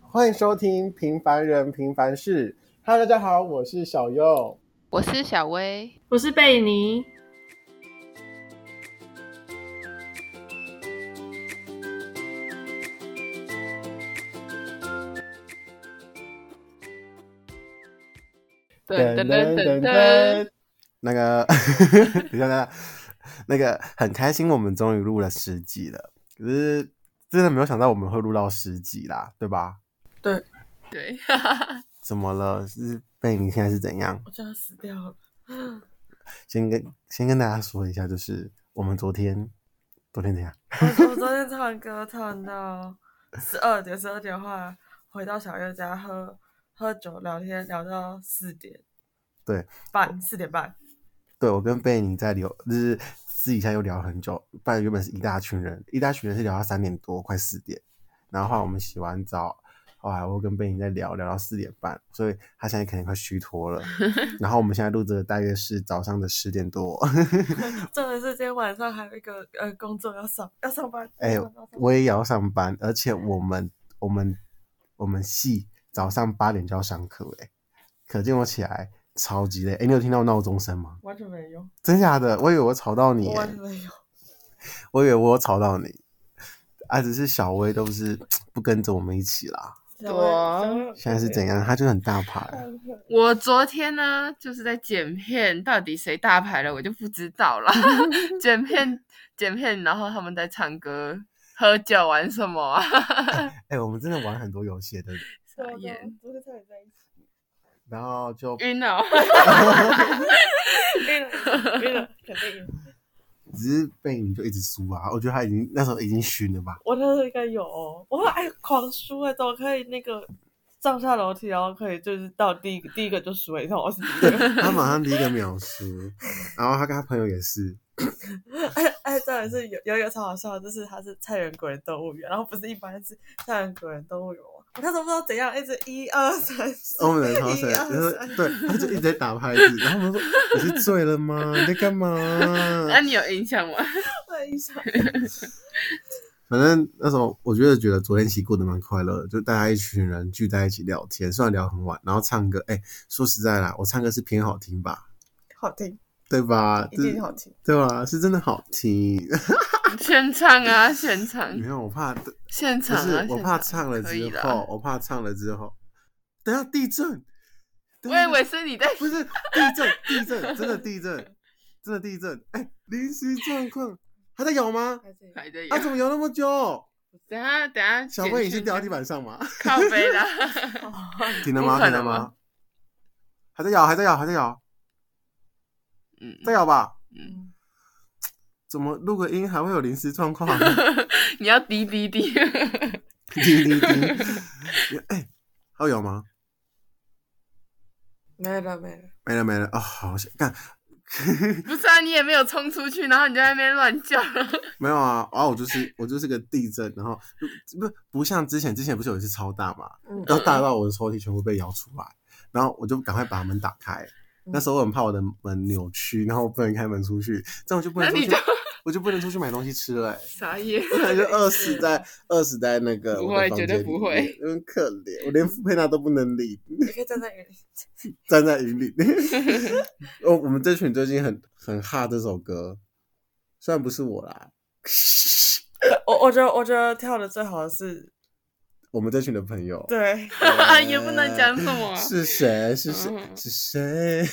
欢迎收听《平凡人平凡事》。Hello，大家好，我是小优。我是小薇，我是贝尼。噔噔噔噔噔，，那个， 等一下，等一下，那个很开心，我们终于录了十集了。可是真的没有想到我们会录到十集啦，对吧？对，怎么了？是贝宁现在是怎样？我就要死掉了。先跟先跟大家说一下，就是我们昨天昨天怎样？我我昨天唱歌唱到十二点，十二点后来回到小月家喝喝酒聊天，聊到四点对半，四点半。对我跟贝宁在聊，就是私底下又聊了很久。不然原本是一大群人，一大群人是聊到三点多，快四点。然后后来我们洗完澡，后来我跟贝宁在聊，聊到四点半，所以他现在可能快虚脱了。然后我们现在录制的大约是早上的十点多。 重点是今天晚上还有一个呃工作要上，要上班。哎、要上班我也要上班，而且我们我们我们系早上八点就要上课、哎，可见我起来超级累。哎、你有听到闹钟声吗？完全没有，真假的？我以为我吵到你、我哎完全没有。我以为我有吵到你，啊，只是小薇都是不跟着我们一起啦。我现在是怎样？她就很大牌，啊我昨天呢就是在剪片，到底谁大牌了我就不知道 了。剪片剪片，然后他们在唱歌、喝酒、玩什么啊？哎、我们真的玩很多游戏的，傻眼，昨天差点在一起，然后就晕哦 了、晕了，晕了，肯定晕。只是被你就一直输啊。我觉得她已经那时候已经熏了吧。我那时候应该有、哦，我哎狂输哎、怎么可以那个上下楼梯，然后可以就是到第一个第一个就输了，你看我是第一个，她马上第一个秒输，然后她跟她朋友也是，哎哎，真的是有有一个超好笑的，就是他是菜园鬼人动物园，然后不是一般是菜园鬼人动物园吗？我那时候不知道怎样，一直一二三四，欧美人超一神，然后二三，对，她就一直在打拍子，然后我们说你是醉了吗？你在干嘛？那、啊你有印象吗？ 等一下，反正那时候我觉得觉得昨天其实过得蛮快乐的，就大家一群人聚在一起聊天，虽然聊很晚，然后唱歌。哎、说实在啦，我唱歌是偏好听吧，好听，对吧？一就是定好听。对吧？是真的好听。现唱啊，现唱，没有，我怕不现场是，，啊我怕现唱了可以之啦后，我怕唱了之后，等下地震。 我等下以为是你在不是地震，地震，真的地震，真的地震。哎、临时状况还在摇吗？ 排队。啊，怎么摇那么久？ 等一下等一下，小慧已经掉到地板上吗？靠背 啦。 停了不吗？可停了能吗吗？还在咬，还在咬，还在咬，嗯，在咬吧？嗯怎么录个音还会有临时状 况？你要滴滴滴。 叮叮叮！ 哎、还有咬吗？没了没了，没了没了哦，好想干，不是啊，你也没有冲出去，然后你就在那边乱叫。没有啊啊！我就是我就是个地震，然后不不像之前之前不是有一次超大嘛，嗯然后大到我的抽屉全部被摇出来，然后我就赶快把门打开。嗯那时候我很怕我的门扭曲，然后我不能开门出去，这样我就不能 那出你去就，我就不能出去买东西吃了、欸。啥耶？ 我感觉饿死在饿死在那个不我的会房绝对间不里会面，因为可怜，我连傅佩娜都不能理，你可以站在云里，站在云 里。哦，我们这群最近很很哈这首歌，虽然不是我啦，我我觉得我觉得跳的最好的是我们这群的朋友，对，对 也不能讲什么 啊是谁？是谁？嗯是谁？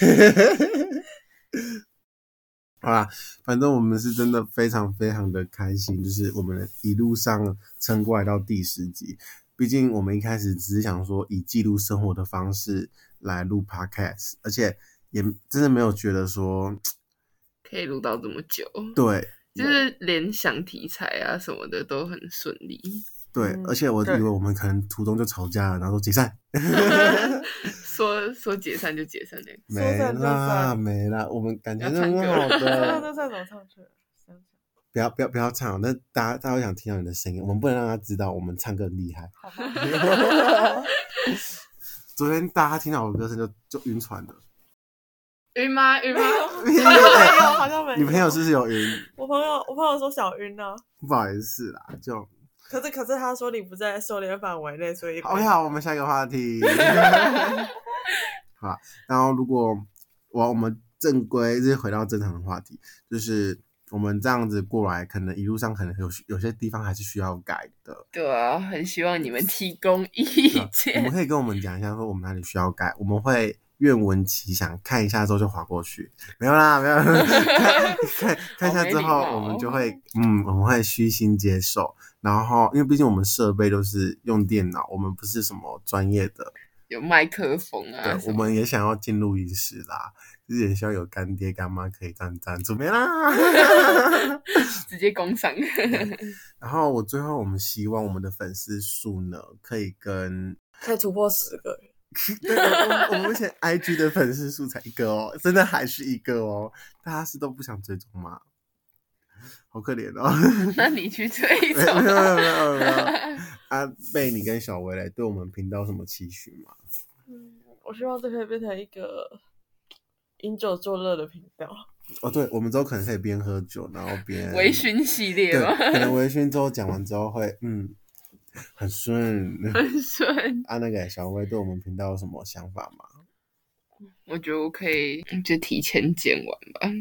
好啦，反正我们是真的非常非常的开心，就是我们一路上撑过来到第十集。毕竟我们一开始只是想说以记录生活的方式来录 podcast，而且也真的没有觉得说可以录到这么久，对，就是联想题材啊什么的都很顺利。对，嗯而且我以对为我们可能途中就吵架了，然后说解散，说说解散就解散那个，说没散就啦散没啦，我们感觉要是唱很歌好那的。那再怎么上去了？想想不要不要不要唱，哦那大家大家会想听到你的声音，我们不能让他知道我们唱歌很厉害。好吧。 昨天大家听到我的歌声就就晕船了， 晕吗？晕吗？好像 没有，好像没有。女朋友是不是有晕？我朋友，我朋友说小晕呢、不好意思啦，就啊可是可是他说你不在狩猎范围内，所以 OK，好，我们下一个话题。 好，然后如果我我们正规，就是回到正常的话题，就是我们这样子过来，可能一路上可能有有些地方还是需要改的。对啊，很希望你们提供意对啊我们见。 可以跟我们讲一下，说我们哪里需要改，我们会愿闻其详，看一下之后就划过去。没有啦， 没有，看看看一下之好后哦没礼，貌我们就会，嗯，我们会虚心接受。然后，因为毕竟我们设备都是用电脑，我们不是什么专业的，有麦克风啊对，，我们也想要进录音室啦，就是也希望有干爹干妈可以赞赞助，没啦。 直接 工商。然后我最后我们希望我们的粉丝数呢，可以跟可以突破十个人。对我们我们目前 IG 的粉丝数才一个哦，真的还是一个哦，大家是都不想追踪吗？好可怜哦， 那你去追没 有没有踪。没有没有啊！贝，你跟小薇来对我们频道有什么期许吗？嗯，我希望这可以变成一个饮酒作乐的频道。哦，对，我们之后可能可以边喝酒，然后边微醺系列对，吗？可能微醺之后讲完之后会嗯很顺。很顺，啊，那个小薇对我们频道有什么想法吗？ 我觉得我可以就提前剪完吧。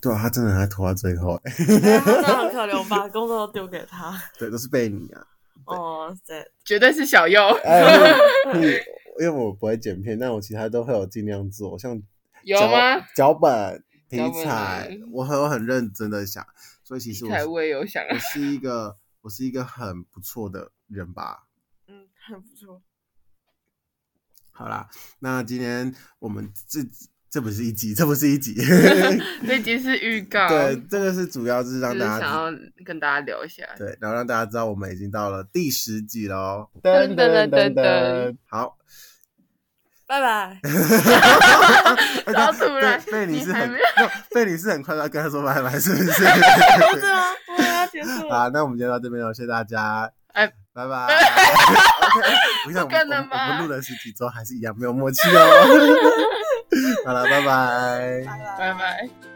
对啊，他真的还拖到最后，哎他真的很可怜，我把工作都丢给他。对，都是被你啊。哦，对，绝对 是小右，哎， 因为因为因为我不会剪片，但我其他都会有尽量做，像有脚 吗？脚本、题脚本材，我很我很认真的想，所以其实我才是我也有想啊我是一个我是一个很不错的人吧。嗯，很不错。好啦，那今天我们这这不是一集，这不是一 集，这集是预告，对，这个是主要是就让是大想家要跟大家聊一下。对，然后让大家知道我们已经到了第十集喽。噔噔噔噔，好，拜拜。哎超突然贝贝你是很你还没没有贝你是很快要跟他说拜拜，是不 是？不是吗？我要结束了。好，那我们今天到这边哦了，谢谢大家，哎拜 拜。OK，我想我不可们能我们吧我们录了十几 周还是一样没有默契哦。好了，拜拜。拜拜拜拜。